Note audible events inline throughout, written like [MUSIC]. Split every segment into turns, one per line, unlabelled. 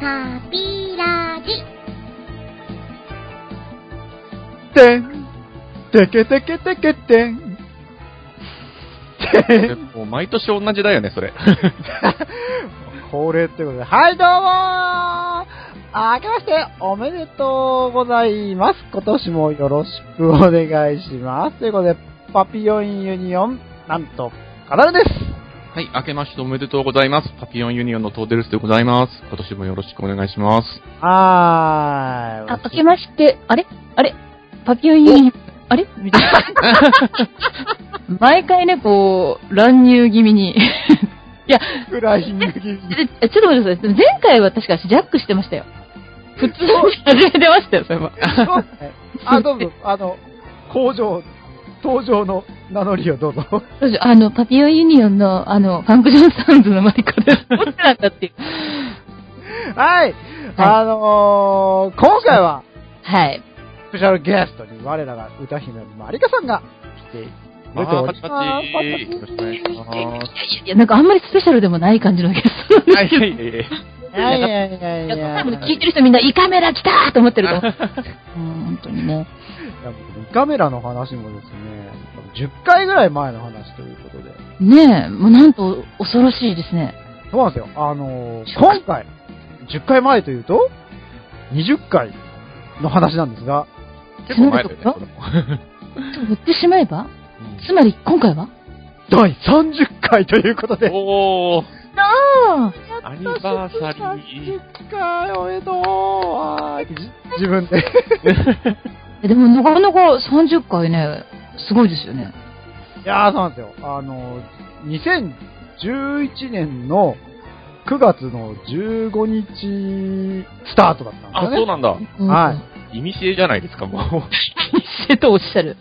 タピラジ。
てん、てけてけてけてん。てん
もう毎年同じだよね、それ。
恒例ってことで、はい、どうもー明けましておめでとうございます。今年もよろしくお願いします。ということで、パピヨンユニオン、なんと、カナルです。
はい、明けましておめでとうございます。パピヨンユニオンのトーデルスでございます。今年もよろしくお願いします。
はーい。
あ、明けまして、あれあれパキュンユニあれみたい [LAUGHS] な。毎回ね、こう、乱入気味に。いや、
フライング気味に
えちょっと待ってください。前回は確かジャックしてましたよ。普通に始めてましたよ、それは。
そうですねあ、どうぞ、あの、工場、登場の名乗りをどうぞ。
どうしようあの、パピオンユニオンの、あの、ファンクションサウンズのマリコです。持ってなかったっていう。
はい。あのー、今回は、
はい。
スペシャルゲストに我らが歌姫まりかさんが来ていると
あー
お
パ
り
チ
ます。
パチ。よろしくお願いします。
いや、なんかあんまりスペシャルでもない感じのゲスト
はい、はいはい
いやいやいやい
い
や
や
い
多
や。
分ね聞いてる人みんな、イカメラ来たーと思ってると [LAUGHS] 思う。うん、本当にね。
カメラの話もですね、10回ぐらい前の話ということで。
ねえ、もうなんと恐ろしいですね。
そうなんですよ。あのー、今回、10回前というと、20回の話なんですが、
[LAUGHS] 結構前だよね
そう
これも。
と言ってしまえばつまり今回は
第30回ということで。
おー、
ああ
アニバーサリ
30
ー。
回おめでとうわーってじ自分で。
でもなかなか30回ね、すごいですよね。
いやー、そうなんですよ。あのー、2011年の9月の15日スタートだったんです
あ、
よね。
そうなんだ。
はい
い。
イミシエじゃないですか、もう。
一とおっしゃる。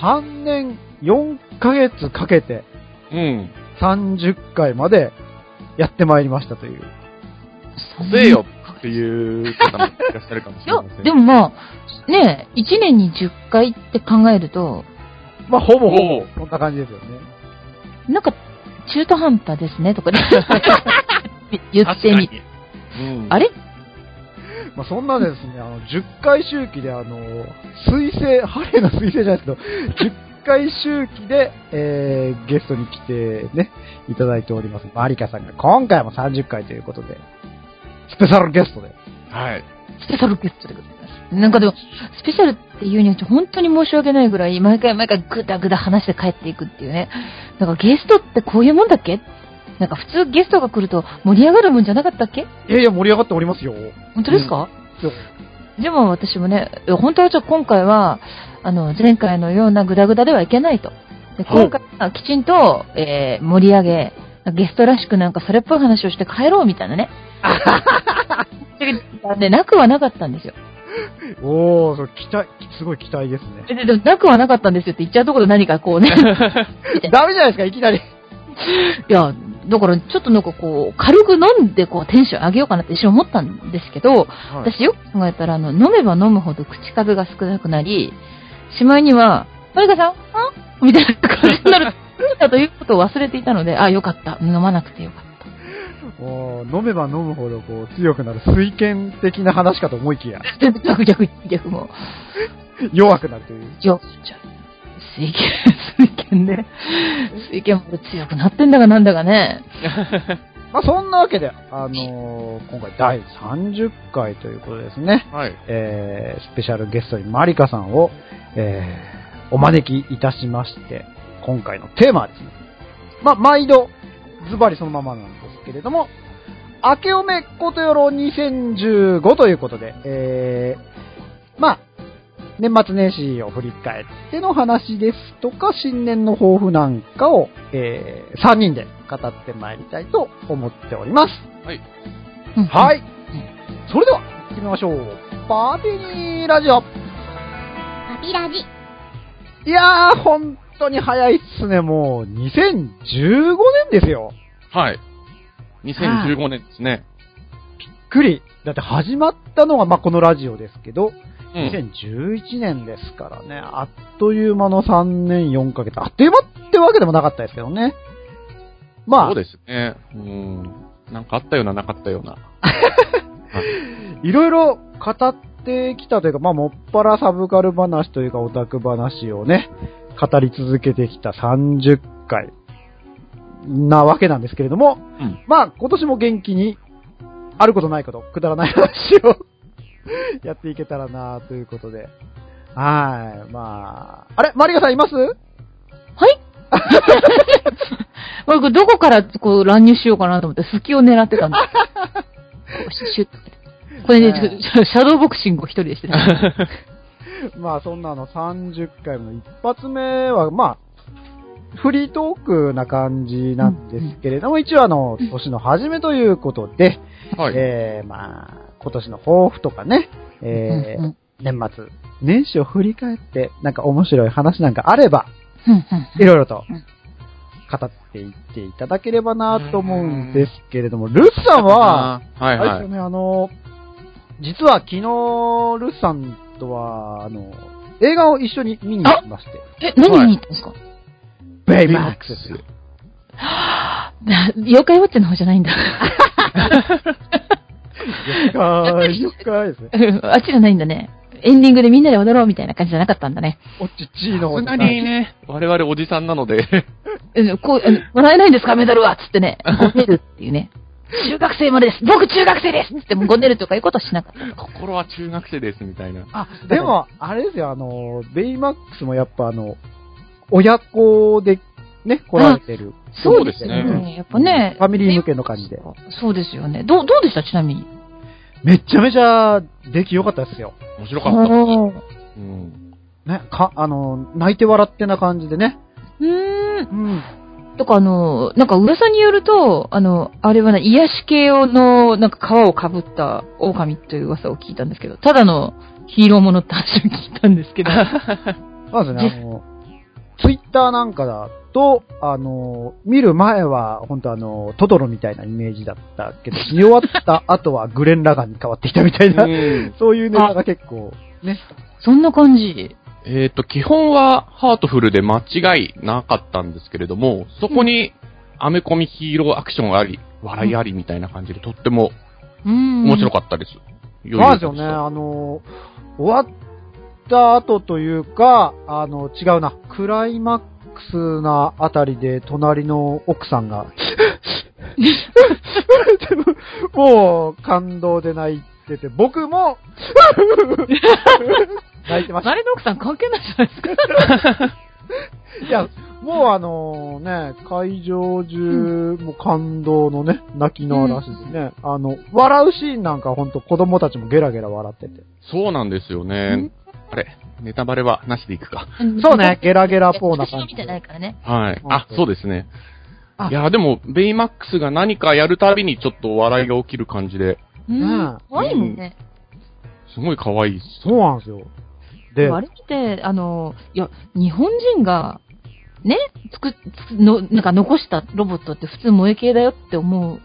3年4ヶ月かけて
うん。
30回までやってまいりましたという。
せえよっていう方もいらっしゃるかもし
い
れ
や
ません。、
でもまあ、ねえ、1年に10回って考えると、
まあ、ほぼほ
お
ぼ
う、
そんな感じですよね。
なんか中途半端ですね
[LAUGHS]
とか言っ
確
て
か
み
に。うん。
あれ
まあ、そんなですね、あの、10回周期で、あの、水星、 [LAUGHS] 晴れの水星じゃないですけど、10回周期で、えー、ゲストに来てね、いただいております、マリカさんが、今回も30回ということで、スペシャルゲストで。
はい。
スペシャルゲストでございます。なんかでも、スペシャルっていうには本当に申し訳ないぐらい、毎回毎回ぐだぐだ話して帰っていくっていうね。なんかゲストってこういうもんだっけなんか普通ゲストが来ると盛り上がるもんじゃなかったっけ
いやいや、盛り上がっておりますよ。
本当ですか、
そう
でも私もね、いや本当はじゃあ今回は、あの、前回のようなぐだぐだではいけないと。で
はい
今回はきちんと、えー盛り上げ、ゲストらしくなんかそれっぽい話をして帰ろうみた
[LAUGHS]
いなね。で、なくはなかったんですよ。
おー、そう、期待、すごい期待ですね。
えででもなくはなかったんですよって言っちゃうところ何かこうね。
[LAUGHS]
ダメじゃないですか、いきなり。
いや、だからちょっとなんかこう、軽く飲んでこうテンション上げようかなって一瞬思ったんですけど、
はい
私よく考えたら、あの、飲めば飲むほど口数が少なくなり、しまいには、マリカさんあみたいな感じになる。 [LAUGHS] だということを忘れていたので、あ、よかった。飲まなくてよかった。
もう飲めば飲むほどこう強くなる水拳的な話かと思いきや、
[LAUGHS] 逆、逆、逆もう。
弱くなるという。
よ、じゃあ水拳、水拳ね。水拳も強くなってんだかなんだかね。
まあそんなわけで、あのー今回第30回ということですね、
はい。
えー、スペシャルゲストにマリカさんを、えー、お招きいたしまして、今回のテーマはですね、まあ毎度、ズバリそのままなんですけれども、明けおめことよろ2015ということで、えー、まあ、年末年始を振り返っての話ですとか、新年の抱負なんかを、えー、3人で語ってまいりたいと思っております。
うん
はい。それでは、行ってみましょう。パーティーニーラジオ。
パピラジ。
いやー、本当に早いっすね。もう、2015年ですよ。
はい。2015年ですね。
くり。だって始まったのが、まあ、このラジオですけど、
うん。
2011年ですからね。あっという間の3年4ヶ月。あっという間ってわけでもなかったですけどね。まあ
そう、ですね。うん。なんかあったような、なかったよ
[LAUGHS]
うな。
いろいろ語ってきたというか、まあ、もっぱらサブカル話というか、オタク話をね、語り続けてきた30回なわけなんですけれども、
うん
まあ、今年も元気に、あることないこと、くだらない話を [LAUGHS] やっていけたらなということで。はい。まあ、あれマリカさんいます
はい俺、これどこからこう乱入しようかなと思って、隙を狙ってたんですけどこうシュ [LAUGHS] ッシュッてこれね、ちょ
ね
ちょシャドーボクシングを一人でしてた。
まあ、そんなの30回の一発目は、まあ、フリートークな感じなんですけれども、一応あの、年の初めということで、
はい。
えー、まあ、今年の抱負とかね、えー
うんうん
年末、年始を振り返って、なんか面白い話なんかあれば、
うんうん
いろいろと
うん、
語っていっていただければなと思うんですけれども、ルッさんは、
あー、はい
あれ
は
ですよ
い。
ね、あの、実は昨日、ルッさんとは、あの、映画を一緒に見に行きまして、
え、何見に行ったんですか、
ベイマックスですよ。
な妖怪ウォッチの方じゃないんだ。
よっかい、よっかいですね。
うん [LAUGHS] あっちじゃないんだね。エンディングでみんなで踊ろうみたいな感じじゃなかったんだね。
おっちっちーの
さ
方
す
じ
が
ゃない
にね、我々おじさんなので、 [LAUGHS]
うんこう、あのもらえないんですかメダルはつってね、ごねるっていうね。中学生までです僕中学生ですつってもごねるとかいうことはしなかった。
心は中学生ですみたいな。
あ、でも、あれですよ、あの、ベイマックスもやっぱあの、親子でね、来られてる。
そ
そううで
で
すす
よ
ね
ね。やっぱね。
ファミリー向けの感じで。
そうですよね。どう、どうでしたちなみに。
めちゃめちゃ、出来良かったですよ。
面白かった。
おー
うん。
ね、か、あの、泣いて笑ってな感じでね。
うーん。
うん。
とかあの、なんか噂によると、あの、あれはね、癒し系の、なんか皮をかぶった狼という噂を聞いたんですけど、ただのヒーローものって話を聞いたんですけど。
そうですね、あの、ツイッターなんかだと、あの、見る前は、本当あの、トトロみたいなイメージだったけど、見終わった後はグレン・ラガンに変わってきたみたいな、
うん
そういうネタが結構、ね。
そんな感じ。
えっ、と、基本はハートフルで間違いなかったんですけれども、そこにアメコミヒーローアクションあり、笑いありみたいな感じで、とっても
うん。
面白
かっ
かったです。
まあですよね、あの、終わった後というか、あの、違うな、クライマックスなあたりで、隣の奥さんが、もう、感動で泣いてて、僕も、泣いてました。
誰の奥さん関係ないじゃないですか。
[LAUGHS] いや、もうあのね、会場中、もう感動のね、泣きの嵐ですね。あの、笑うシーンなんかほんと子供たちもゲラゲラ笑ってて。
そうなんですよね。あれ、ネタバレはなしでいくか。
そうね、。ゲラゲラポーな感
私
じ
見て
で
ない。からね。
はい。あ、そうですね
あ。
いや、でも、ベイマックスが何かやるたびにちょっと笑いが起きる感じで、
う
ね
ん。
え
怖いもんね。
すごい可愛いっす。
そうなんですよ。で、
あれって、あの、いや、日本人が、ね、つく、つくの、なんか残したロボットって普通萌え系だよって思う。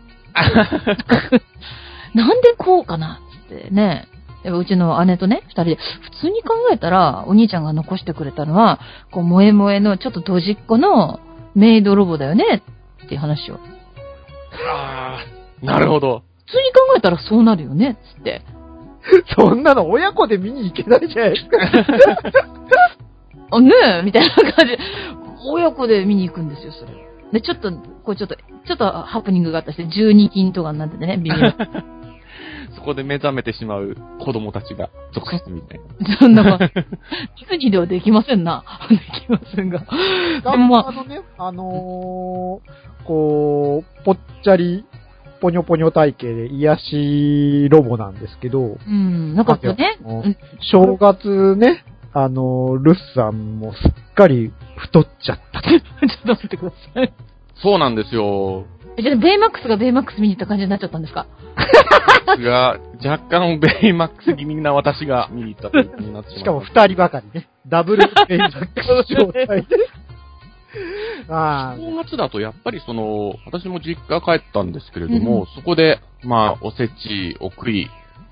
なんでこうかなっつってね。やっぱうちの姉とね、二人で、普通に考えたら、お兄ちゃんが残してくれたのは、こう、萌え萌えの、ちょっとドジっ子のメイドロボだよね、っていう話を。
あーなるほど。
普通に考えたらそうなるよね、つって。
そんなの親子で見に行けないじゃないですか。
あ、ねえみたいな感じ。親子で見に行くんですよ、それ。で、ちょっと、こうちょっと、ちょっとハプニングがあったりして、12金とかになっててね、微妙 [LAUGHS] な。
そこで目覚めてしまう子供たちが続出みたいな。
そんな [LAUGHS] もん。ディズニーではできませんな。 [LAUGHS] できませんが。でもまあ
あのね、あのー、こう、ぽっちゃり、ぽにょぽにょ体型で癒しロボなんですけど、
うん、なんかこうね、
うん正月ね、あのー、ルッさんもすっかり太っちゃった。
ちょっと待ってください。
そうなんですよ。
じゃあ、ベイマックスがベイマックス見に行った感じになっちゃったんですか
が、若干ベイマックス気味な私が見に行ったということになってしまう。
しかも二人ばかりね。ダブルペイバックス状
[LAUGHS]
態で。ああ、
正月だとやっぱりその、私も実家帰ったんですけれども、そこで、まあ、おせちを食い、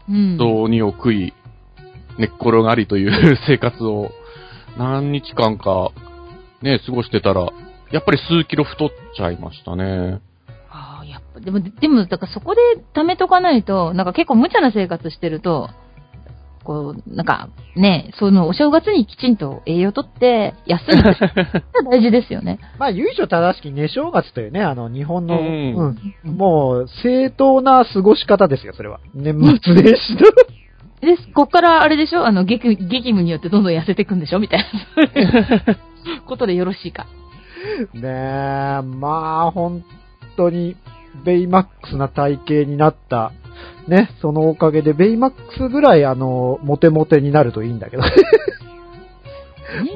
うん。
どうにを食い、寝っ転がりという生活を何日間か
[LAUGHS]
ね、過ごしてたら、やっぱり数キロ太っちゃいましたね。
ああ、やっぱでも、でも、だからそこで貯めとかないと、なんか結構無茶な生活してると、こう、なんかね、そのお正月にきちんと栄養とって休むって大事ですよね。
まあ、由緒正しき寝正月というね、あの、日本の、
う
うんん、 [LAUGHS] もう、正当な過ごし方ですよ、それは。年末年始の。
です。こっからあれでしょあの、激激務によってどんどん痩せていくんでしょみたい
[LAUGHS]
な。ことでよろしいか。
ねえ、まあ、本当に、ベイマックスな体型になった。ね、そのおかげで、ベイマックスぐらい、あの、モテモテになるといいんだけど。
ね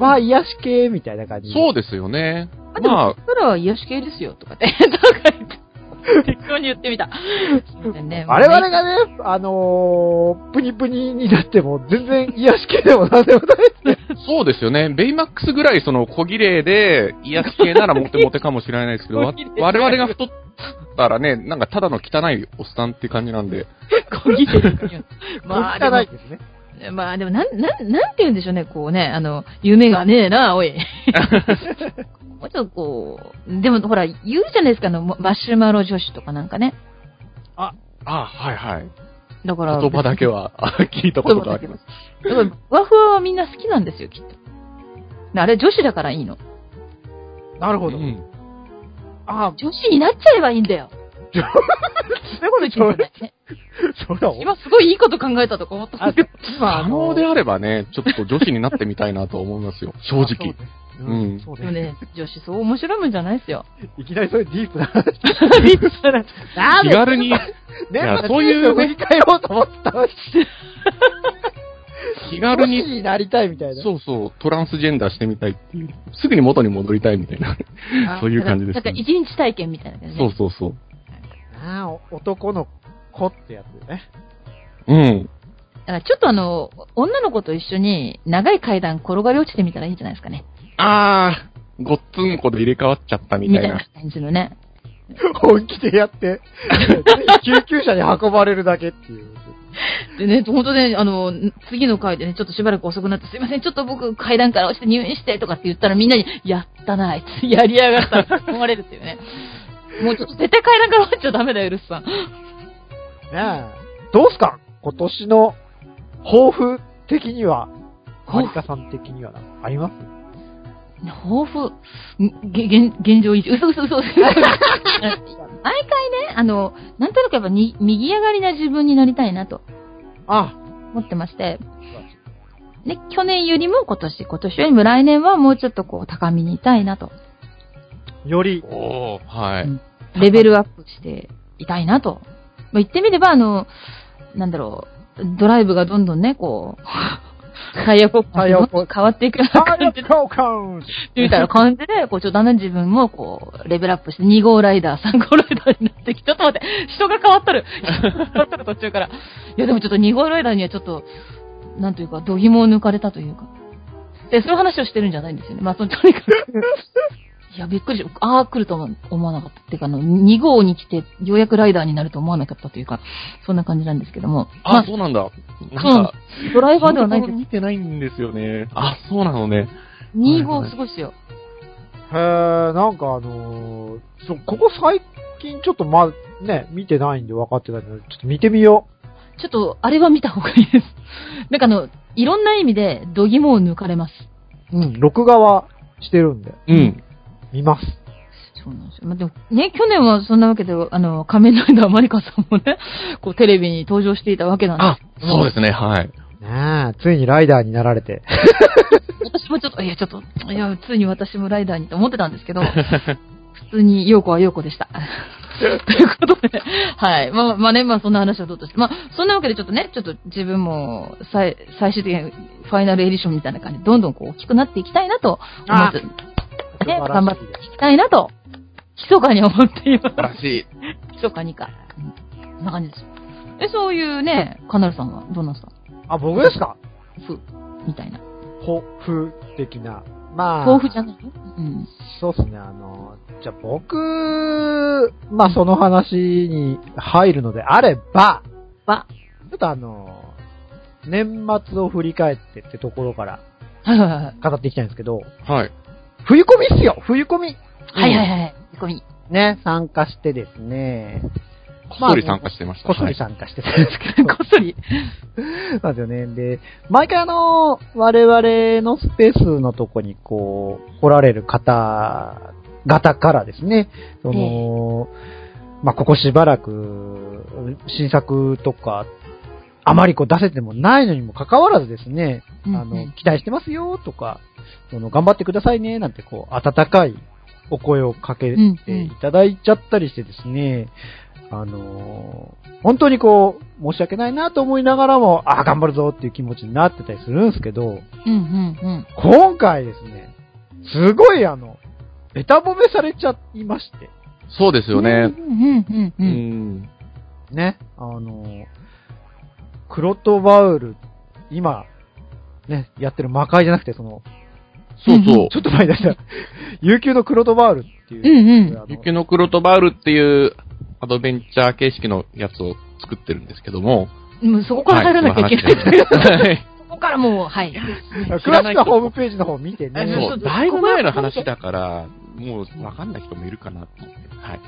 まあ、癒し系みたいな感じ。。
そううですよね。
あでも
まあ、
そらは癒し系ですよ、とかって。とか適当に言ってみた。すいませんね
我々がね、あのープニプニになっても、全然癒し系でもなんでもない。
そうですよね。ベイマックスぐらいその小綺麗で、癒し系ならモテモテかもしれないですけど、わ
[LAUGHS] 小綺麗
我々が太ったらね、なんかただの汚いおっさんっていう感じなんで。
小切れですよ [LAUGHS] まあ、で
ない
も
ですね。
まあでも、なん、なん、なんて言うんでしょうね、こうね、あの、夢がね
[LAUGHS]
えな、おい。もうちょっとこう、でもほら、言うじゃないですか、あの、ママシュマロ女子とかなんかね。
あはいはい。
だから、
言葉だけは聞いたことがあります。
だからふわふわはみんな好きなんですよ、きっと。あれ、女子だからいいの。
なるほど。
うん
ああ、
女子になっちゃえばいいんだよ。
そういうこと
そういうことね
それは、
今すごいいいこと考えたとか思ったん
あ
ですけど。
今、
可
あ
能
の
であればね、ちょっと女子になってみたいなと思いますよ。
[LAUGHS]
正直。。
あそうね
うん
そう
でも
ね。
ね、女子そう面白いもんじゃないですよ。
いきなりそういうディープな話。
ダ
気軽に、
ね
いやそういうね
振り返ろうと思った [LAUGHS] のに。
気軽
女
に、
子になりたいみたいな。
そうそう、トランスジェンダーしてみたいっていう、すぐに元に戻りたいみたいな、そういう感じです
なんか
ね
一日体験みたいな感じ、ね。
そうそうそう。
なあお男の子ってやつね。
うん。
だからちょっとあの、女の子と一緒に長い階段転がり落ちてみたらいいんじゃないですかね。
あー、ごっつんこで入れ替わっちゃったみ
み
た
たい
い
な
な。
感じのね。
[LAUGHS] 本気でやって、 [LAUGHS] 救急車に運ばれるだけっていう。
でね、本当ね、あの、次の回でね、ちょっとしばらく遅くなって、すいません、ちょっと僕階段から落ちて入院してとかって言ったらみんなに、やったな、あいつ、やりやがったって思われるっていうね。もうちょっと絶対階段から落ちちゃダメだよ、ルスさん。
ねえ。どうすか今年の抱負的には、マ
抱負
リカさん的にはなあります
抱負、んげ現現状維持、嘘嘘嘘嘘。毎回ね、あの、なんとなくやっぱに、右上がりな自分になりたいなと
あ、
思ってまして、で、去年よりも今年、今年よりも来年はもうちょっとこう、高みにいたいなと、
より、
おー、は
う
い
ん。レベルアップしていたいなと。まあ、言ってみれば、あの、なんだろう、ドライブがどんどん
[LAUGHS]
ね、こう、タイヤ交
タイヤ
換
交
が変わっていくよう
タ
な
イ
感
ヤ
じで
交換
みたいな感じで、こう、ちょっとだんだん自分も、こう、レベルアップして、2号ライダー、3号ライダーになってきて、ちょっと待って、 [LAUGHS] 人が変わっとる。 [LAUGHS] 人が変わっとる途中から。いや、でもちょっと2号ライダーにはちょっと、なんというか、度肝を抜かれたというか。で、そういう話をしてるんじゃないんですよね。まあ、その、とにかく。 [LAUGHS] いや、びっくりしああ、来るとも思わなかった。っていうか、あの、2号に来て、ようやくライダーになると思わなかったというか、そんな感じなんですけども。
あ
まあ、、
そうなんだ。なん
うん
か、
ドライバーではない
そ
で
ん
す
ところ。見てないんですよね。あ、そうなのね。
2号すごいですよ。
へえ、なんかあのーそうここ最近ちょっとま、ね、見てないんで分かってないけど、ちょっと見てみよ
ちょっと、あれは見た方がいいです。 [LAUGHS] なんかあの、いろんな意味で、度肝を抜かれます。
う。うん、録画はしてるんで、
うん。
見ます。
そうなんですよ。まあ、でも、ね、去年はそんなわけで、あの、仮面ライダーマリカさんもね、 [LAUGHS] こう、テレビに登場していたわけなん
あ、そうですね、はい。
ねえ、ついにライダーになられ
[LAUGHS]
て。
です。私もちょっと、いや、ちょっと、いや、ついに私もライダーにと思ってたんですけど、 [LAUGHS]
[LAUGHS]
普通に、陽子は陽子でした。ということで、はい。まあ、まあね、まあ、そんな話はどうとして。まあ、そんなわけで、ちょっとね、ちょっと自分も、最、最終的に、ファイナルエディションみたいな感じで、どんどんこう、大きくなっていきたいなと思って、ね、頑張っていきたいなと、密かに思っていま
素晴らしい。
す。密かにか。うんそんな感じです。え、そういうね、カナルさんはどうなんですか
あ、僕ですか
ふ、みたいな。
抱負的な。まあ、
豆腐じゃないようん。
そうっすね、あの、じゃあ僕、まあその話に入るのであれば、
ば。
ちょっとあの、年末を振り返ってってところから
はいはいはい。
語っていきたいんですけど、
はい。
振り込みっすよ振り込み
はいはいはい。見込み。 [LAUGHS]
ね、参加してですね、
こっそり参加してました。
こっそり参加してたんですけど、
こっそり。
なんですよね。で、毎回あの、我々のスペースのとこにこう、来られる方、方からですね、その、まあ、ここしばらく、新作とか、あまりこう出せてもないのにもかかわらずですね、あ
うんう
の
ん、
期待してますよとか、その、頑張ってくださいね、なんてこう、温かいお声をかけ
うんう
てい
ん
ただいちゃったりしてですね、あのー本当にこう、申し訳ないなと思いながらも、あー頑張るぞっていう気持ちになってたりするんですけど、
うんうんうん。
今回ですね、すごいあの、ベタ褒めされちゃいまして、
そうですよね。
うんうんう
うんん。
ね、あのークロトバウル、今、ね、やってる魔界じゃなくて、その、
そうそう
ち。ょっと前に出
[LAUGHS]
した、悠久のクロトバウルっていう
うん。うんうん。
あの
雪の黒とバウルっていうアドベンチャー形式のやつを作ってるんですけども。
もうそこから入らなきゃいけない。
はい。
[LAUGHS] そこからもう、はい。
詳しくはホームページの方見て
そ
え
の
ね
そ。う
話そう、
[LAUGHS]
だいぶ前の話だから、もうわかんない人もいるかなと思って。はい。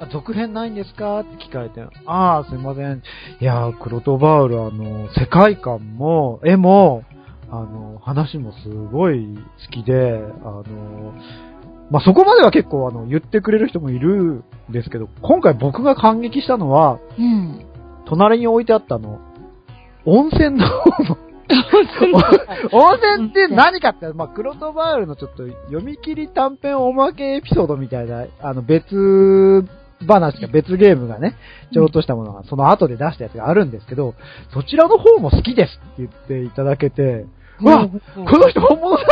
あ続編ないんですかって聞かれて、ああ、すいません。いやー、クロトバウル、あの、世界観も、絵も、あの、話もすごい好きで、あの、まあ、そこまでは結構、あの、言ってくれる人もいるんですけど、今回僕が感激したのは、
うん。
隣に置いてあったあの、温泉の方の、 [LAUGHS] 温泉って何かって、まあ、クロトバウルのちょっと読み切り短編おまけエピソードみたいな、あの別話か別ゲームがね、ちょろっとしたものが、その後で出したやつがあるんですけど、そちらの方も好きですって言っていただけて、うわこの人本物だ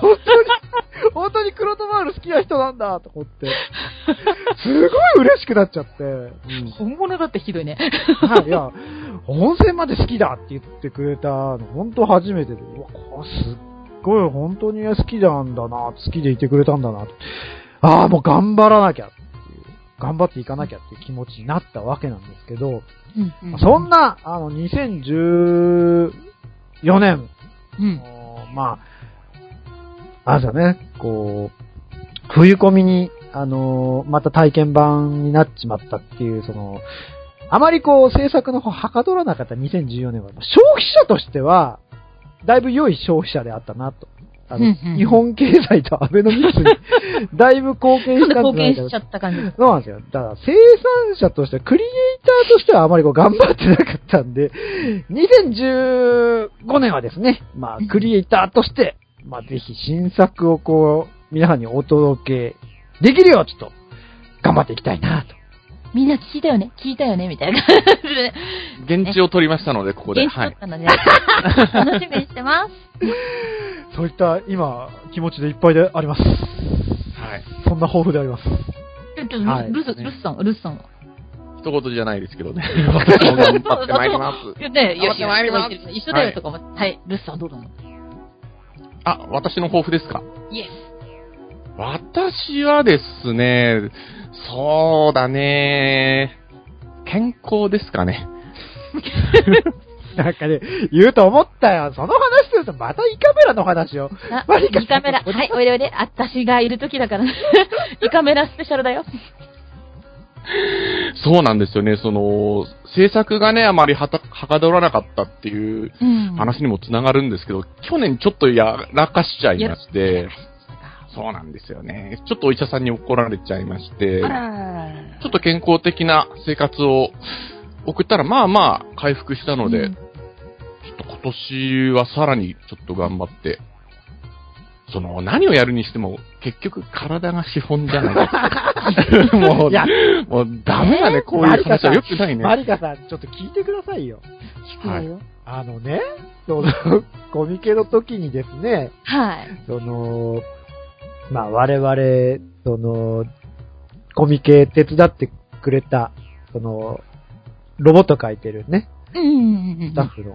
本当に、本当にクロトバウル好きな人なんだと思って、すごい嬉しくなっちゃって、うん
本物だってひどいね。
[LAUGHS] はい、いや、温泉まで好きだって言ってくれたの、本当初めてで、うわ、これすっごい本当に好きなんだな、好きでいてくれたんだな、ああ、もう頑張らなきゃっていう、頑張っていかなきゃっていう気持ちになったわけなんですけど、
うん
そんな、あの、2014年、
うん。
あのまあ、あれだね、こう、冬込みに、あのーまた体験版になっちまったっていう、その、あまりこう、制作の方はかどらなかった2014年は、消費者としては、だいぶ良い消費者であったなと。あの
うんうん
日本経済とアベノミクスに、だいぶ貢献
ちょっ
し
と
たん
貢
じゃないかな
献しちゃった感じ。
そうなんですよ。だから生産者としては、クリエイターとしてはあまりこう頑張ってなかったんで、2015年はですね、まあ
うん、
クリエイターとして、まあ、ぜひ新作をこう、皆さんにお届けできるよう、ちょっと、頑張っていきたいなと。
みんな聞いたよね聞いたよねみたいな感じで。
現地を取りましたので、ここで。
現地
は
取
い
っ。たので、楽しみにしてます。
そういった、今、気持ちでいっぱいであります。
はい。
そんな抱負であります。
ちょっと
はい
ルス、ルスさん、ルスさんは。
一言じゃないですけど
[LAUGHS]
ね。私も頑張ってまいります。
言って、
頑張っ
よして
まいります
一緒だよとか思って。はい、ルスさんどうだも
あ、私の抱負ですか
イエス。
私はですね、そうだね、健康ですかね。
なんかね、言うと思ったよ。その話すると、また胃カメラの話を。
あ
マリ、カ
イカメラ。はい、おいでおいで。あたしがいる時だから。 [LAUGHS] イカメラスペシャルだよ。
そうなんですよね、その、制作がね、あまりはた、はかどらなかったっていう
うん
話にもつながるんですけど、去年ちょっとやらかしちゃいまして、そうなんですよね。ちょっとお医者さんに怒られちゃいまして、ちょっと健康的な生活を送ったら、まあまあ回復したので、
うん
ちょっと今年はさらにちょっと頑張って、その、何をやるにしても、結局体が資本じゃないです [LAUGHS] か。もう、
いや
もうダメだね、こういう話は良くないね。
マリカさん、ちょっと聞いてくださいよ。
聞くわよ。
あのね、その、コミケの時にですね、
はい。
その、まあ我々、その、コミケ手伝ってくれた、その、ロボット書いてるね、
うんうんうんうん
スタッフの、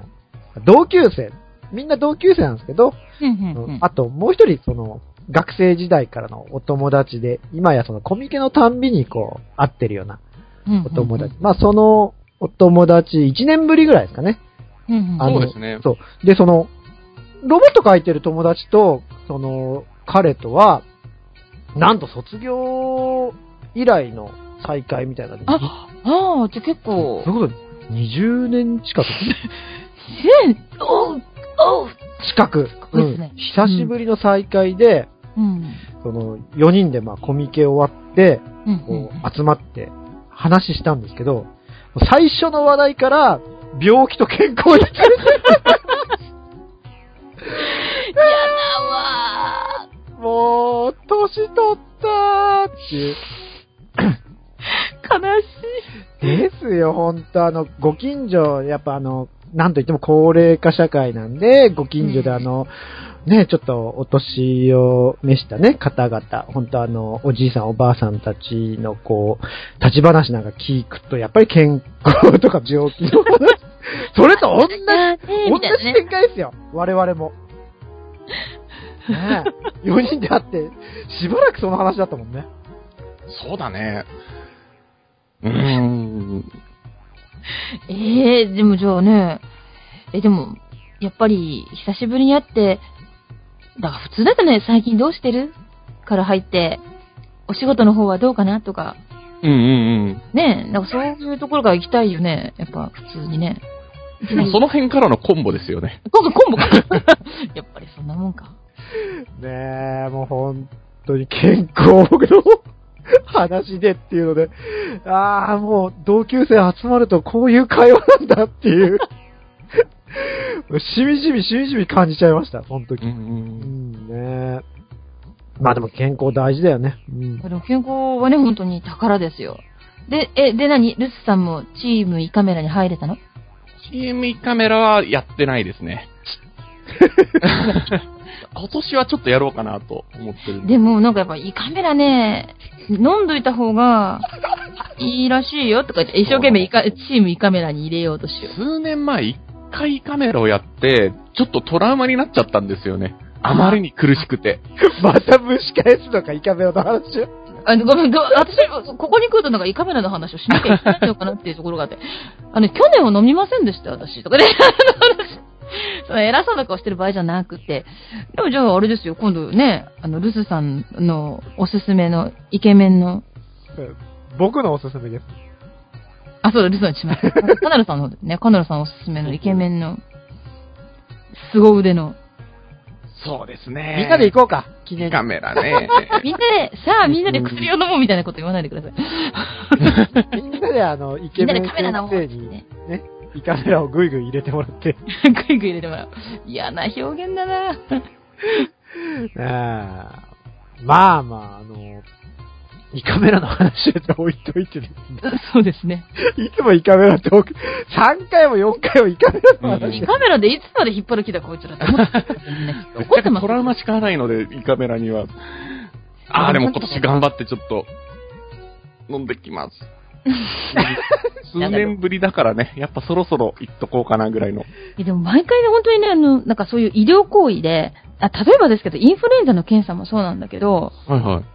同級生、みんな同級生なんですけど、
うんうんうん。
あともう一人、その、学生時代からのお友達で、今やそのコミケのたんびにこう、会ってるようなお友達。まあその、お友達、1年ぶりぐらいですかね。
うんうん。
あ
そ
の
うですね。
そう。で、その、ロボット書いてる友達と、その、彼とは、なんと卒業以来の再会みたいな。
あ、ああ、じゃあ結構
そ、ういうこと、20年近く
せん、おう、おう、
近く、
ごいっすね
久しぶりの再会で、
うん、
その、4人でまあコミケ終わって、
うん、う
こ
ん。
う集まって話したんですけど、最初の話題から、病気と健康に
[LAUGHS]
ついて、
やだわ
[LAUGHS] もう、年取ったーっていう。
ー悲
で
し
すよ、ほんと。あの、ご近所、やっぱあの、なんといっても高齢化社会なんで、ご近所であの、ね、ちょっとお年を召したね、方々、ほんとあの、おじいさんおばあさんたちのこう、立ち話なんか聞くと、やっぱり健康とか病気
[LAUGHS]
の話、それと同じ
い。なねえ
同
み
じ
たいなね。
展開ですよ、我々も。ねえ、4人で会って、しばらくその話だったもんね。
そうだね。うーん。
ええでもじゃあね、え、でも、やっぱり、久しぶりに会って、だから普通だとね、最近どうしてるから入って、お仕事の方はどうかなとか、
うんうん
ねえ、なんかそういうところから行きたいよね。やっぱ普通にね。
うん。その辺からのコンボですよね。
今度コン [LAUGHS] ボか。やっぱりそんなもんか。
ねえ、もう本当に健康の話でっていうので、ああ、もう同級生集まるとこういう会話なんだっていう、しみじみしみじみ感じちゃいました、その時。う
う
んん、ねえ。まあでも健康大事だよね。うん。 [LAUGHS]
でも健康はね、本当に宝ですよ。で、え、で何ルスさんもチームイカメラに入れたの
チームイカメラはやってないです [LAUGHS] ね。今年はちょっとやろうかなと思ってるん
でもなんかやっぱイカメラね、飲んどいた方がいいらしいよとか言って、一生懸命イカチームイカメラに入れようとしよう。
数年前、一回イカメラをやって、ちょっとトラウマになっちゃったんですよね。あまりに苦しくて。
また蒸し返すのか、イカメラの話を。
あごめん、ごめん私、ここに来るとなんか胃カメラの話をしなきゃいけないのかなっていうところがあって、あの、去年を飲みませんでした、私、とかね。 [LAUGHS] その偉そうな顔してる場合じゃなくて。でもじゃああれですよ、今度ね、あの、ルスさんのおすすめのイケメンの、
僕のおすすめです。
あ、そうだ、ルスさんします。カナルさんの方でね、カナルさんおすすめのイケメンの、凄腕の。
そうですね。
みんなで行こうか、記
イ
念
カメラね。
みんなで、さあみんなで薬を飲もうみたいなこと言わないでください。
みんなであの、イ
み
ケ
んな
メ
で
ン
カメラ飲
先
もう
生
って
に
ね。
ね、イカメラをぐいぐい入れてもらって。
グイグイ入れてもらう。嫌な表現だな
ええまあまあ、あの、イカメラの話は置いといてですね。
[LAUGHS] そうですね。
いつもイカメラって僕、3回も4回もイカメラの
うん
話。
カメラでいつまで引っ張る気だ、こいつらって思ってたみんなきっと怒
全
ってま
く
す
トラウマしかないので、イカメラには。ああ、でも今年頑張ってちょっと、飲んでき
[LAUGHS]
ます。数年ぶりだからね、やっぱそろそろ行っとこうかなぐらいの。
えでも毎回ね、本当にね、あの、なんかそういう医療行為で、あ、例えばですけど、インフルエンザの検査もそうなんだけど、
はいはい。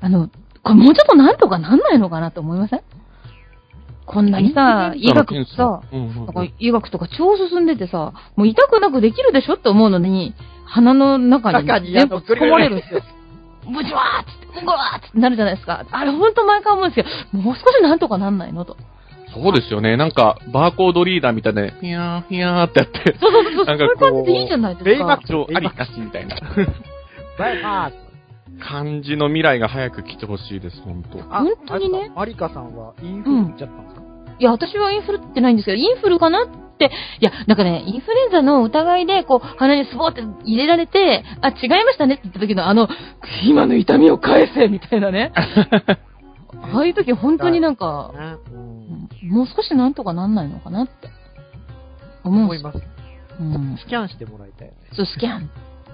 あの、これもうちょっとなんとかなんないのかなと思いませんこんなにさ、医学もさ、
うんうん
なんか医学とか超進んでてさ、もう痛くなくできるでしょって思うのに、鼻の中に
中に
全部突っ込まれるんですよ。ブチワーっつって、うわーっつってなるじゃないですか。あれほんと毎回思うんですけど、もう少しなんとかなんないのと。
そうですよね。なんか、バーコードリーダーみたいで、ひやーひやーってやって、
そうそうそう、そ
な
うんい
か
う
こう
感じでいいじゃないですか。
ベイマック
一応ありなしみたいな。
バイバー
感じの未来が早く来てほしいです、ほんと。
あ
本当にね。
マリカさんはインフルエンザちゃったんですか、
いや、私はインフルってないんですけど、インフルかなって、いや、なんかね、インフルエンザの疑いで、こう、鼻にスポーって入れられて、あ、違いましたねって言った時の、あの、今の痛みを返せみたいなね。ああいう時本当になんか、
ね
もう少しなんとかなんないのかなって思う
思
んで
い
すよ。
ます。
うん。
スキャンしてもらいたいよね。
そう、スキャン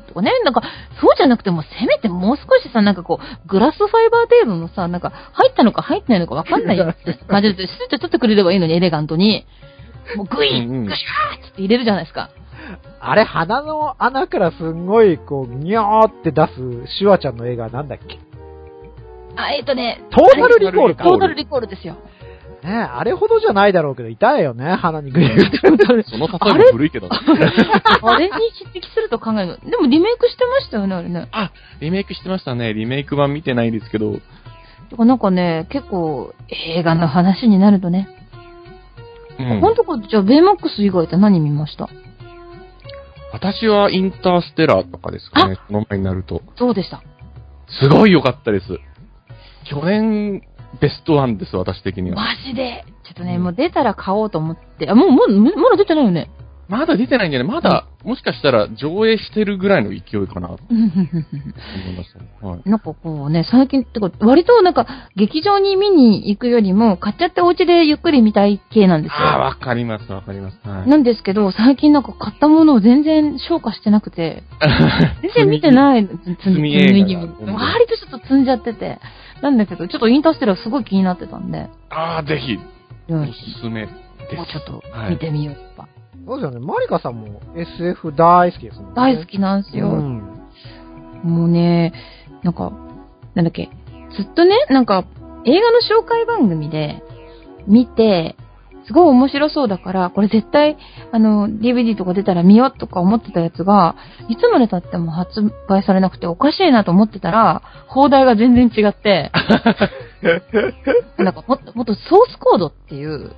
とかね、なんか、そうじゃなくても、せめてもう少しさ、なんかこう、グラスファイバー程度のさ、なんか、入ったのか入ってないのかわかんない感じで、スッて取ってくれればいいのに、エレガントに。もうグイ
うんうん
ッ、グシャーッつって入れるじゃないですか。
あれ、鼻の穴からすんごい、こう、にょーって出す、シュワちゃんの映画なんだっけ
あ、えっ、とね、
トータルリコールか。
トータルリコールですよ。
ねねあれほどじゃないだろうけど、痛いよね、鼻にグリグリ。
その例えも古いけど。
[LAUGHS] あれに匹敵すると考えるの。でもリメイクしてましたよね、あれね。
あ、リメイクしてましたね。リメイク版見てないですけど、
だからなんかね、結構映画の話になるとね。
うん
ほんとか、じゃあベイマックス以外って何見ました
私はインターステラーとかですかね、その前になると。
どうでした
すごい良かったです。去年、ベストワンです、私的には。
マジでちょっとね、
うん
もう出たら買おうと思って。あ、もう、もう、もうまだ出てないよ
[LAUGHS]
ね。
まだ出てないんじゃないまだ、もしかしたら上映してるぐらいの勢いかなと思いましたね。はい。
なんかこうね、最近ってか、割となんか、劇場に見に行くよりも、買っちゃってお家でゆっくり見たい系なんです
ああ、
よ。
わかります、わかります。はい。
なんですけど、最近なんか買ったものを全然消化してなくて、
[LAUGHS]
全然見て
い。
ない、積
み映画
み割とちょっと積んじゃってて。なんだけど、ちょっとインターステラーすごい気になってたんで、
ああ、ぜひ、
う
お
ん
すすめで
もうち
す。
ょっと見てみようやっぱ
そうですよね、マリカさんも SF 大好きですもんね。
大好きなんです
う
よ。
ん。
もうね、なんか、なんだっけ、ずっとね、なんか、映画の紹介番組で見て、すごい面白そうだから、これ絶対、あの、DVD とか出たら見ようとか思ってたやつが、いつまで経っても発売されなくておかしいなと思ってたら、放題が全然違って、なんかもっと、もっとソースコードっていう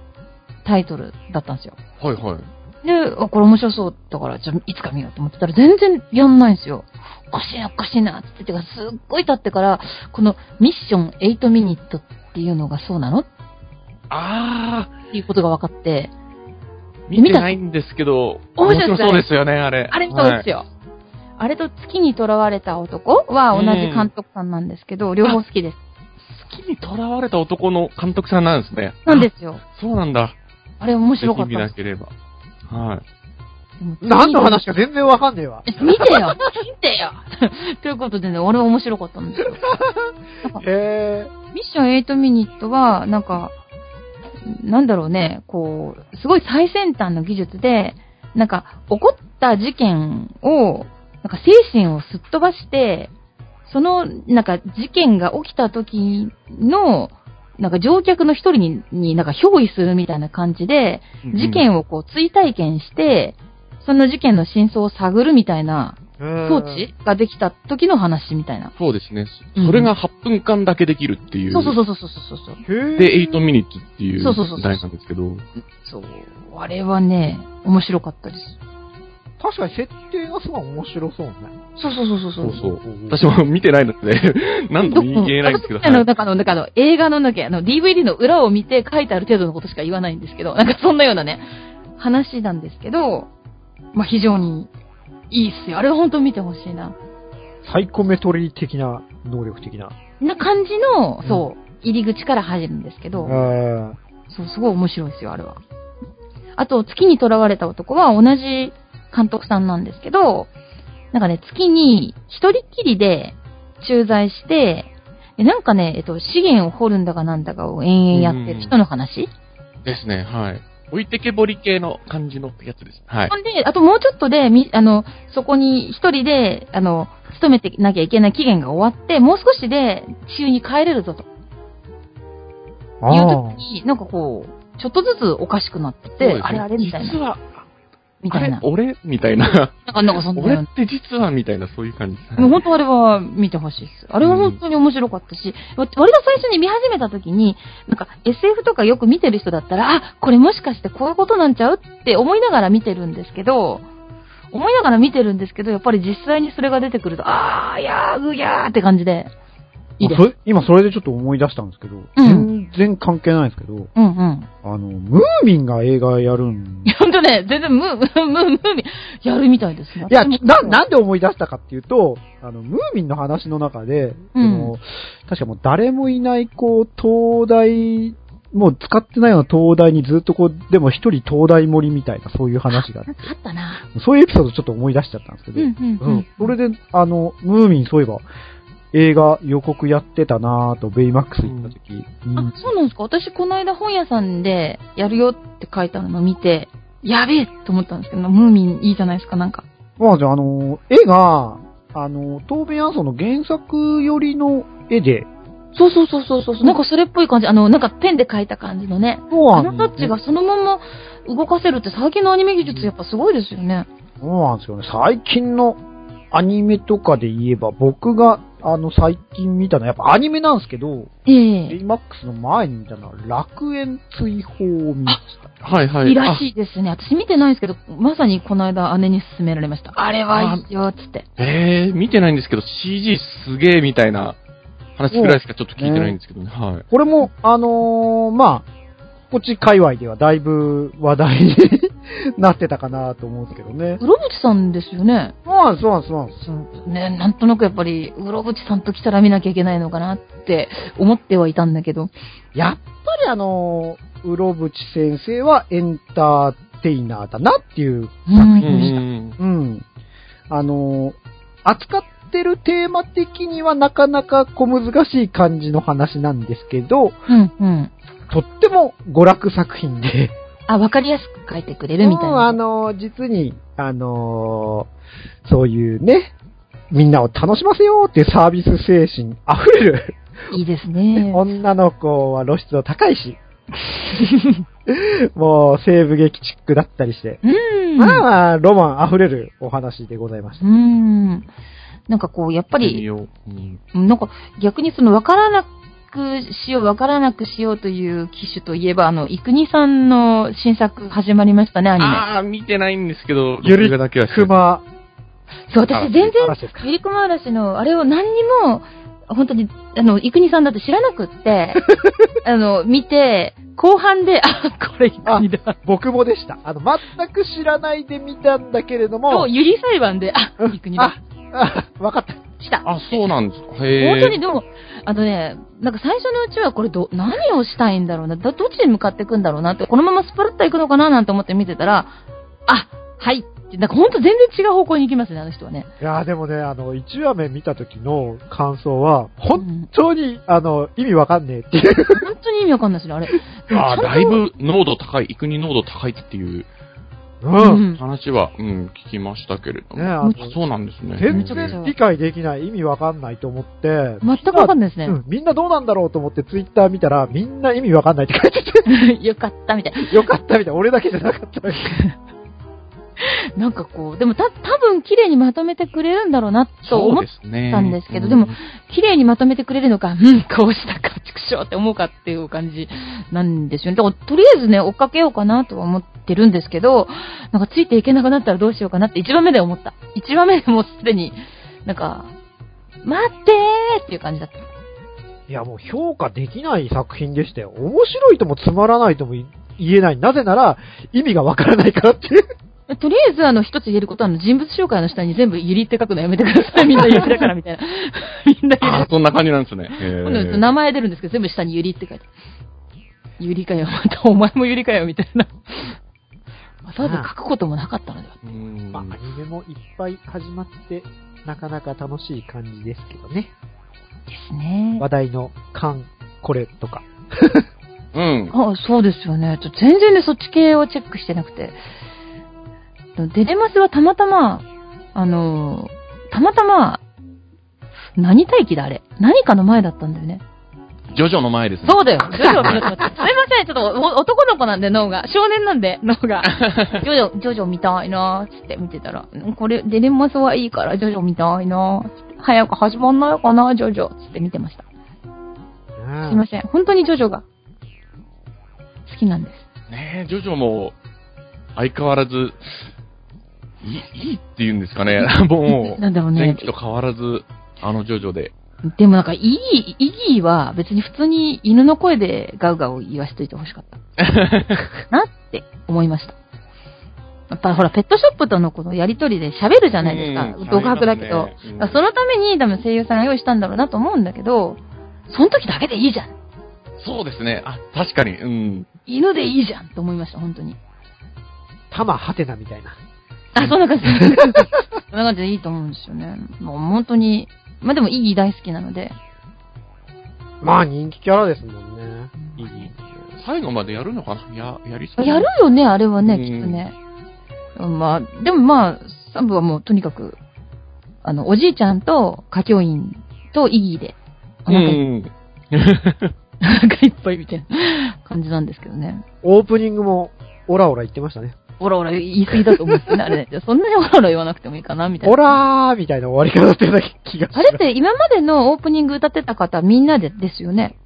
タイトルだったんですよ。
はいはい。
で、あ、これ面白そうだから、じゃあいつか見ようと思ってたら全然やんないんですよ。おかしいな、おかしいな、って言ってか、すっごい経ってから、このミッション8ミニットっていうのがそうなのっ
ああ、
ていうことが分かって、
見てないんですけど、
面
面
白い
白そうですよね、あれ。
あれそうです
よ。
よ。あれと月に囚われた男は同じ監督さんなんですけど、両方好きです。
月に囚われた男の監督さんなんですね。
なんですよ。
あ。そうなんだ。
あれ面
ぜ
白か
ひ見
ったで
な
す。
ければ。はい。
でも
何の話か全然わかんねえわ。
見てよ見てよ [LAUGHS] ということでね、俺は面白かったんですよ。
え
ミッション8ミニットは、なんか、なんだろうね、こう、すごい最先端の技術で、なんか、起こった事件を、なんか精神をすっ飛ばして、その、なんか事件が起きた時の、なんか乗客の一人に、になんか憑依するみたいな感じで、事
を
件をこう追体験して、その事件の真相を探るみたいな
ー、
装置ができた時の話みたいな。
そうですね。
うん
それが8分間だけできるっていう。
そうそうそうそうそうそうそう。
へー
で、8ミニッツっていう
そうそうそうそう
時代なんですけど。
そう。あれはね、面白かったです。
確かに設定がすごい面白そうね。
そうそうそうそう
そ
そうう。
そう。私も見てないので、 [LAUGHS] 何度も言えないんですけど。
あ
は
の、
い
なんかあの、なんかあの、映画の、なんかあの、DVD の裏を見て書いてある程度のことしか言わないんです
[LAUGHS]
けど、なんかそんなようなね、話なんですけど、まあ、非常にいいっすよ。あれは本当見てほしいな。
サイコメトリー的な、能力的な。
な感じの、そう、入り口から入るんですけど、
あ
そう、すごい面白いですよ、あれは。あと、月に囚われた男は同じ監督さんなんですけど、なんかね、月に一人っきりで駐在して、でなんかね、えっと、資源を掘るんだかなんだかを延々やってる人の話。
ですね、はい。置いてけぼり系の感じのやつです。はい
ほ。んで、あともうちょっとで、みあの、そこに一人で、あの、勤めてなきゃいけない期限が終わって、もう少しで地球に帰れるぞという
あ
時に、なんかこう、ちょっとずつおかしくなってて、
そうですね
あれあれみたい
実
な。
は、
み
あ
たい
れ
な。
俺みたいな。
なんか、なんかそんなよう
俺
な
って実はみたいな、そういう感じです。
もう本当あれは見てほしいです。あれは本当に面白かったし、わ割と最初に見始めた時に、なんか SF とかよく見てる人だったら、あ、これもしかしてこういうことなんちゃうって思いながら見てるんですけど、思いながら見てるんですけど、やっぱり実際にそれが出てくると、あー、やー、うぎゃーって感じで、いいです。
そ今それでちょっと思い出したんですけど、
ん
全然関係ないんですけど、
うんうん。 [LAUGHS]
あの、ムーミンが映画やるん。い
ほんとね、全然ムー、ムー、ムー、ムーミン、やるみたいですね。
や、
私も
な、なんで思い出したかっていうと、あの、ムーミンの話の中で、その確かもう誰もいない、こう、灯台、もう使ってないような灯台にずっとこう、でも一人灯台森みたいな、そういう話があって、
[LAUGHS] あったな。
そういうエピソードちょっと思い出しちゃったんですけ
う
ど、
んうん
う
うんん。。
それで、あの、ムーミン、そういえば、映画予告やってたなぁと、ベイマックス行った時。うん
あ、そうなんですか私、この間本屋さんでやるよって書いたのを見て、やべえと思ったんですけど、ムーミンいいじゃないですか、なんか。
まあじゃあ、あの、絵が、あの、東米アンソンの原作よりの絵で、
そうそうそうそうそう。なんかそれっぽい感じ。あの、なんかペンで書いた感じのね。
そう
あ
な
の
ん
タッ
です
チ
よ
が
ね。
そのまま動かせるって最近のアニメ技術やっぱすごいですよね。
そうなんですよね。最近のアニメとかで言えば、僕が、あの、最近見たのは、やっぱアニメなんですけど、
え
ベ
え
イマックスの前に見たのは、楽園追放を見ました。
はいはい。
いいらしいですね。私見てないんですけど、まさにこの間姉に勧められました。あれはいいよ、つって。
あえー、見てないんですけど、CG すげえみたいな話くらいしかちょっと聞いてないんですけどね。はい。
これも、あのーまあ、こっち界隈ではだいぶ話題になってたかなと思うんですけどね。
うろぶちさんですよね。
そうなんです、そうなんです、そうなんです。
そうね、なんとなくやっぱり、うろぶちさんと来たら見なきゃいけないのかなって思ってはいたんだけど。
やっぱりあのー、うろぶち先生はエンターテイナーだなっていう、
う
う。
ん
ん
うん。あのー扱ってるテーマ的にはなかなか小難しい感じの話なんですけど、
うん、うん。
とっても娯楽作品で、
あ、わかりやすく書いてくれる
も
み
う
たい
あ
な。
のー実に、あのーそういうね、みんなを楽しませようっていうサービス精神溢れる
いいですね。
女の子は露出度高いし、もう西部劇チックだったりして、
うん。
まあまあ、ロマン溢れるお話でございまし
う
た。
ん。なんかこう、やっぱ
見てみ
り、
よううん
なんか逆にその、わからなくしよう、わからなくしようという機種といえば、あの、イクニさんの新作始まりましたね、アニメ。
あー、見てないんですけど、
ゆり
録画だけはして
クマ、
そう、私全然、
嵐ですか
ゆりこま嵐の、あれを何にも、本当に、あの、イクニさんだって知らなくって、あの、見て、後半で、あ、これイクニだ。
僕もでした。あの、全く知らないで見たんだけれど
と、
も、
ゆり裁判で、あ、イクニだ
あ。、あ、わかった。
した。
あ、そうなんですか。へ
本
え。
当にでも、あのね、なんか最初のうちはこれど、何をしたいんだろうな、どどっちに向かっていくんだろうなって、このままスパルッと行くのかななんて思って見てたら、あ、はいって、なんか本当全然違う方向に行きますね、あの人はね。
いやーでもね、あの、1話目見た時の感想は、
う
本
ん
当に、あの、意味わかんねえっていう。
本当に意味わかんないですね、あれ。
あー
ちゃんと
だいぶ濃度高い、イクニ濃度高いってい
う。
う
うんん。
話は、うん、聞きましたけれど
ね
も。あ
あの、
そうなんですね。
全
ちゃくちゃ
然理解できない、意味わかんないと思って、
全くわかんないですね
う。ん、みんなどうなんだろうと思ってツイッター見たら、みんな意味わかんないって書いて [LAUGHS]
よかったみたい
て、よかったみたいな、俺だけじゃなかったみたい
な。なんかこう、でもた多分綺麗にまとめてくれるんだろうなと
そ
思
う
っ
ですね。
たんですけど
う
でも、綺麗にまとめてくれるのか、 [LAUGHS] うん、こうしたか、畜生って思うかっていう感じなんですよね。だからとりあえずね、追っかけようかなとは思ってるんですけど、なんかついていけなくなったらどうしようかなって1番目で思った。1番目でもうすでに、なんか、待ってーっていう感じだった。
いや、もう評価できない作品でしたよ。面白いともつまらないとも言えない。なぜなら、意味がわからないからっていう。
とりあえず、あの、一つ言えることは、あの、人物紹介の下に全部ゆりって書くのやめてください。みんなゆりだから、みたいな。 [LAUGHS] みんなゆり
あーそんな感じなんですね。へー
今度名前出るんですけど、全部下にゆりって書いてある。ゆりかよ、またお前もゆりかよ、みたい [LAUGHS] な。わざわざ書くこともなかったのでは。
うん
まあ、アニメもいっぱい始まって、なかなか楽しい感じですけどね。
ですね
話。題の、カン、これとか。
うん。
あ、そうですよね。ちょ全然ね、そっち系をチェックしてなくて。デデマスはたまたま、あのー、たまたま、何待機だあれ。何かの前だったんだよね。
ジョジョの前ですね。
そう
[LAUGHS]
だよ。ジョジョを見ようと思ってすいません、ちょっとお男の子なんで脳が。少年なんで脳
[LAUGHS]
が。ジョジョ、ジョジョ見たいなーっつって見てたら、んこれ、デレマスはいいからジョジョ見たいなーっつって。早く始まんないかな、ジョジョっつって見てました。すいません。本当にジョジョが好きなんです。
ねえ、ジョジョも、相変わらず、いい、いいって言うんですかね。 [LAUGHS] も
なんだろう
う、
ね
前期。と変わらず、あのジョジョで。
でもなんか、イギー、イギーは別に普通に犬の声でガウガウ言わしといてほしかった。なって思いました。やっぱほら、ペットショップとのこのやりとりで喋るじゃないですか
うん。
独白だけど。
うん
だからそのために多分声優さんが用意したんだろうなと思うんだけど、その時だけでいいじゃん。
そうですね。あ、確かに。うん。
犬でいいじゃんと思いました、本当に。
たまはてなみたいな。
あ、そんな感じ。 [LAUGHS] そんな感じでいいと思うんですよね。もう本当に、まあでもイギー大好きなので。
まあ、人気キャラですもんね。いい
最後までやるのかなや、やりそう。
やるよね、あれはね、
うん
きっとね。まあ、でもまあ、サブはもうとにかく、あの、おじいちゃんと歌教員とイギーで、
う
お腹いっ
ん。
[LAUGHS] お腹いっぱいみたいな感じなんですけどね。
オープニングも、オラオラ言ってましたね。
オラオラ言い過ぎだと思ってね、あれね。じゃあそんなにオラオラ言わなくてもいいかな、みたいな。
オラーみたいな終わり方ってだけ気がす
あれっ
る。
て今までのオープニング歌ってた方みんなでですよね。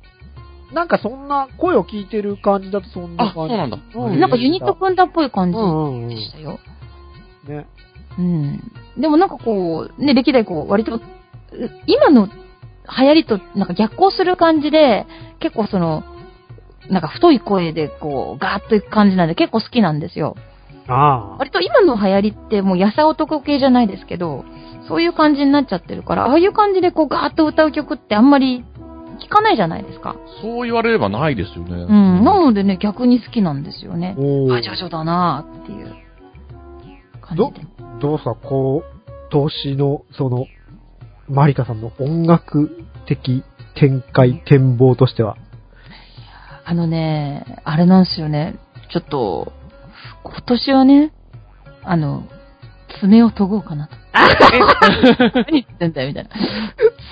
なんかそんな、声を聞いてる感じだとそんな
あ、
感じ。
そうなんだ。
うん
なんかユニット組んだっぽい感
う
じ
んうんう
で
ん。
したよ。
ね。
うん。でもなんかこう、ね、歴代こう、割と、う今の流行りとなんか逆行する感じで、結構その、なんか太い声でこう、ガーッといく感じなんで結構好きなんですよ。
ああ。
割と今の流行りってもうやさ男系じゃないですけど、そういう感じになっちゃってるから、ああいう感じでこうガーッと歌う曲ってあんまり聞かないじゃないですか。
そう言われればないですよね。う
うん。なのでね、逆に好きなんですよね。
お
あ、上々だなーっていう感じで。
どうさ、こう、投資の、その、マリカさんの音楽的展開、展望として
[LAUGHS]
は。
あのね、あれなんですよね。ちょっと、今年はね、あの、爪を研ごうかなと。何言ってんだよ、みたいな。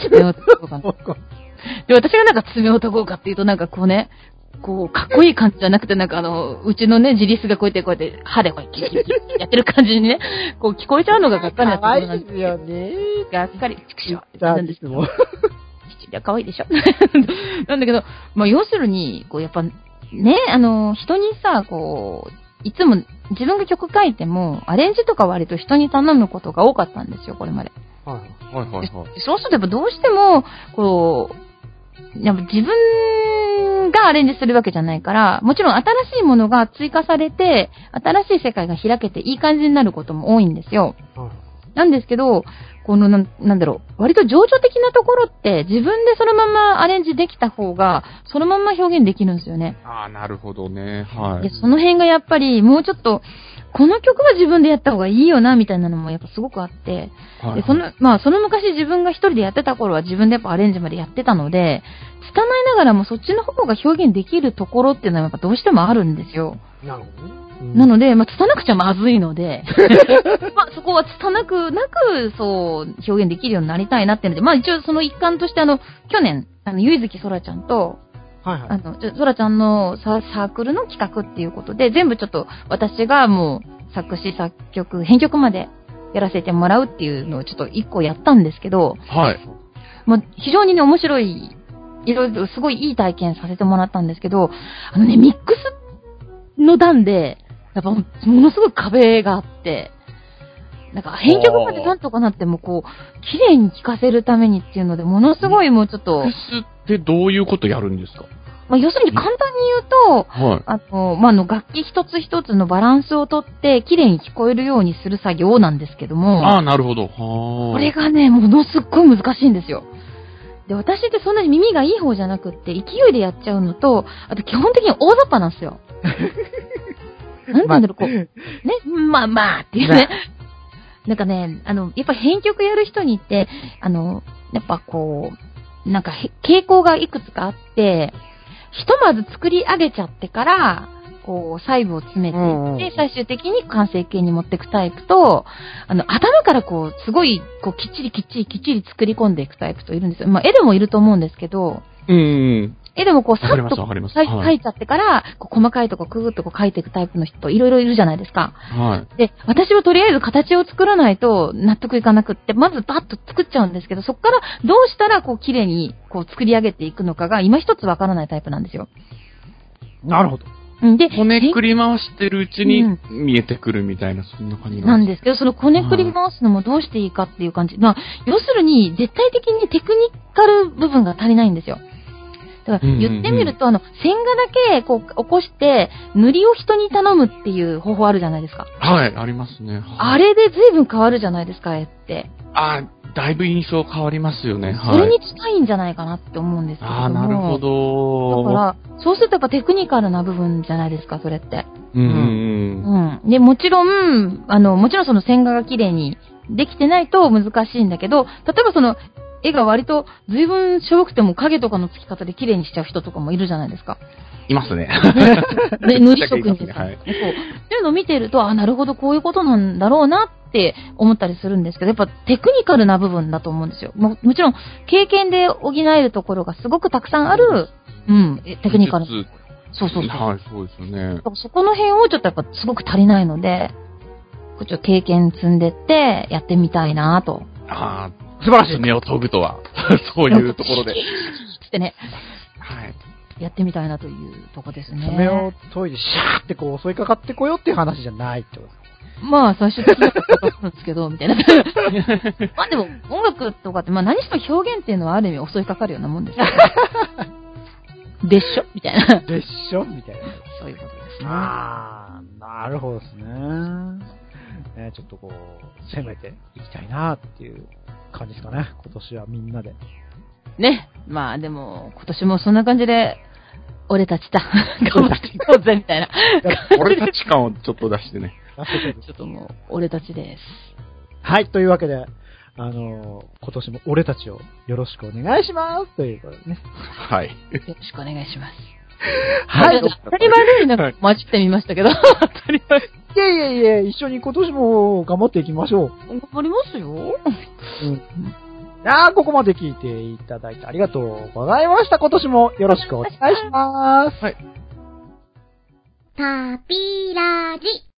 爪を研ごうかな。で、私がなんか爪を研ごうかっていうと、なんかこうね、こう、かっこいい感じじゃなくて、なんかあの、うちのね、自立がこうやって、こうやって、歯でこうやって、キリキリキリキリやってる感じにね、こう聞こえちゃうのががっかりなところなんですよ。
ね。
がっかり、ちくしょうって
だ
な
っ
るんです
て
け
も
ど。父親可愛いでしょ [LAUGHS] なんだけど、まあ、要するに、こう、やっぱ、ね、あの、人にさ、こう、いつも自分が曲書いても、アレンジとか割と人に頼むことが多かったんですよ、これまで。
はい
はいはいはい。
そうするとやっぱどうしても、こう、やっぱ自分がアレンジするわけじゃないから、もちろん新しいものが追加されて、新しい世界が開けていい感じになることも多いんですよ。
はい
なんですけど、このなん、なんだろう、割と情緒的なところって自分でそのままアレンジできた方が、そのまま表現できるんですよね。
ああ、なるほどね。はいい。
やその辺がやっぱりもうちょっと、この曲は自分でやった方がいいよな、みたいなのもやっぱすごくあって、
は
で
い
その、まあ、その昔自分が一人でやってた頃は自分でやっぱアレンジまでやってたので、拙いながらもそっちの方が表現できるところっていうのはやっぱどうしてもあるんですよ。
なるほどね。うん
なので、まあ、拙くちゃまずい
[LAUGHS]
ので、まあ、そこは拙くなく、そう、表現できるようになりたいなっていうので、まあ、一応その一環として、あの、去年、あの、ゆいずきそらちゃんと、
はいは
あ
い。
の、ちょそらちゃんのササークルの企画っていうことで、全部ちょっと私がもう作詞作曲、編曲までやらせてもらうっていうのをちょっと一個やったんですけど、
はい。
もう非常にね、面白い、いろいろすごいいい体験させてもらったんですけど、あのね、ミックスの段で、やっぱものすごい壁があって、なんか編曲までなんとかなってもこう、綺麗に聴かせるためにっていうので、ものすごいもうちょっと
フェ、スってどういうことやるんですか
まあ要するに簡単に言うと、
はい。
あの、まあ、あの、楽器一つ一つのバランスをとって、綺麗に聞こえるようにする作業なんですけども。
ああ、なるほど。は
こ
あ。
れがね、ものすっごい難しいんですよ。で、私ってそんなに耳がいい方じゃなくって、勢いでやっちゃうのと、あと基本的に大雑把なん [LAUGHS] ですよ。なんて言うんだろう、こう、ね、まあまあっていうね。なんかね、あの、やっぱ編曲やる人にって、あの、やっぱこう、なんかへ傾向がいくつかあって、ひとまず作り上げちゃってから、こう、細部を詰めて
うんうん
いって、最終的に完成形に持っていくタイプと、あの、頭からこう、すごい、こう、きっちりきっちりきっちり作り込んでいくタイプといるんですよ。まあ、絵でもいると思うんですけど、
うん。
絵でもこう、さ
わかり
っ
ま
と
す、
こ
わかり
う
ます。
さ
はい
書
い。
いちゃってから、こう細かいとこ、くぐっとこう書いていくタイプの人、いろいろいるじゃないですか。
はい。
で、私はとりあえず形を作らないと納得いかなくって、まずバッと作っちゃうんですけど、そこからどうしたらこう綺麗にこう作り上げていくのかが今一つわからないタイプなんですよ。
なるほど。
うんで、
こねくり回してるうちに
うん
見えてくるみたいな、そんな感じ
なん
で
ですけど、そのこねくり回すのもどうしていいかっていう感じ。まあ、要するに、絶対的にテクニカル部分が足りないんですよ。だから、
うんうんうん
言ってみると、あの、線画だけ、こう、起こして、塗りを人に頼むっていう方法あるじゃないですか。
す。はい、ありますね。
あれで随分変わるじゃないですか、絵って。
ああ、だいぶ印象変わりますよね。はい。
それに近いんじゃないかなって思うんですけれども。
ああ、なるほ。ど。
だから、そうするとやっぱテクニカルな部分じゃないですか、それって。
うんうんうん。
うん。で、もちろん、あの、もちろんその線画が綺麗にできてないと難しいんだけど、例えばその、絵が割と随分しょぼくても影とかのつき方で綺麗にしちゃう人とかもいるじゃな
[LAUGHS]
いですか。
いますね。
で、塗り職人さんとか
[LAUGHS]
ね。
はい
こう。っていうのを見てると、あ、なるほど、こういうことなんだろうなって思ったりするんですけど、やっぱテクニカルな部分だと思うんですよ。ももちろん、経験で補えるところがすごくたくさんある、うん、えテクニカル。
技術
そうそうそう。
はい、そうですよね
だ。からそこの辺をちょっとやっぱすごく足りないので、こうちょっと経験積んでってやってみたいなと。
ああ、素晴らしい。目を研ぐとは、 [LAUGHS] そういうとこ
[LAUGHS]
ろで。
つってね、 [LAUGHS]
はい。
やってみたいなというとこですね。
爪を研いでシャーってこう襲いかかってこようっていう話じゃないってこと
まあ、最終的にはこうなんですけど、みたいな。 [LAUGHS] まあでも、音楽とかって、まあ何しろ表現っていうのはある意味襲いかかるようなもんです [LAUGHS] よねでっしょみたいな。
でしょみたいな。
そういうことですね。
ああ、なるほどですね。ねちょっとこう、攻めていきたいなっていう感じですかね。今年はみん
[LAUGHS]
なで。
ね。まあでも、今年もそんな感じで、俺たち [LAUGHS] だ。頑張っていこうぜ、みたいな。
俺たち感をちょっと出してね。
ちょっともう、俺たちです。
はい、というわけで、あのー今年も俺たちをよろしくお願いしますということでね。
はい。
よろしくお願いします。
はい、
ちょっと当たり前のようになんか混じってみましたけど、 [LAUGHS] 当たり前。
いえいえいえ、一緒に今年も頑張っていきましょう。
頑張りますよ。
ああ、ここまで聞いていただいてありがとうございました。今年もよろしくお願いします。
パピラジ。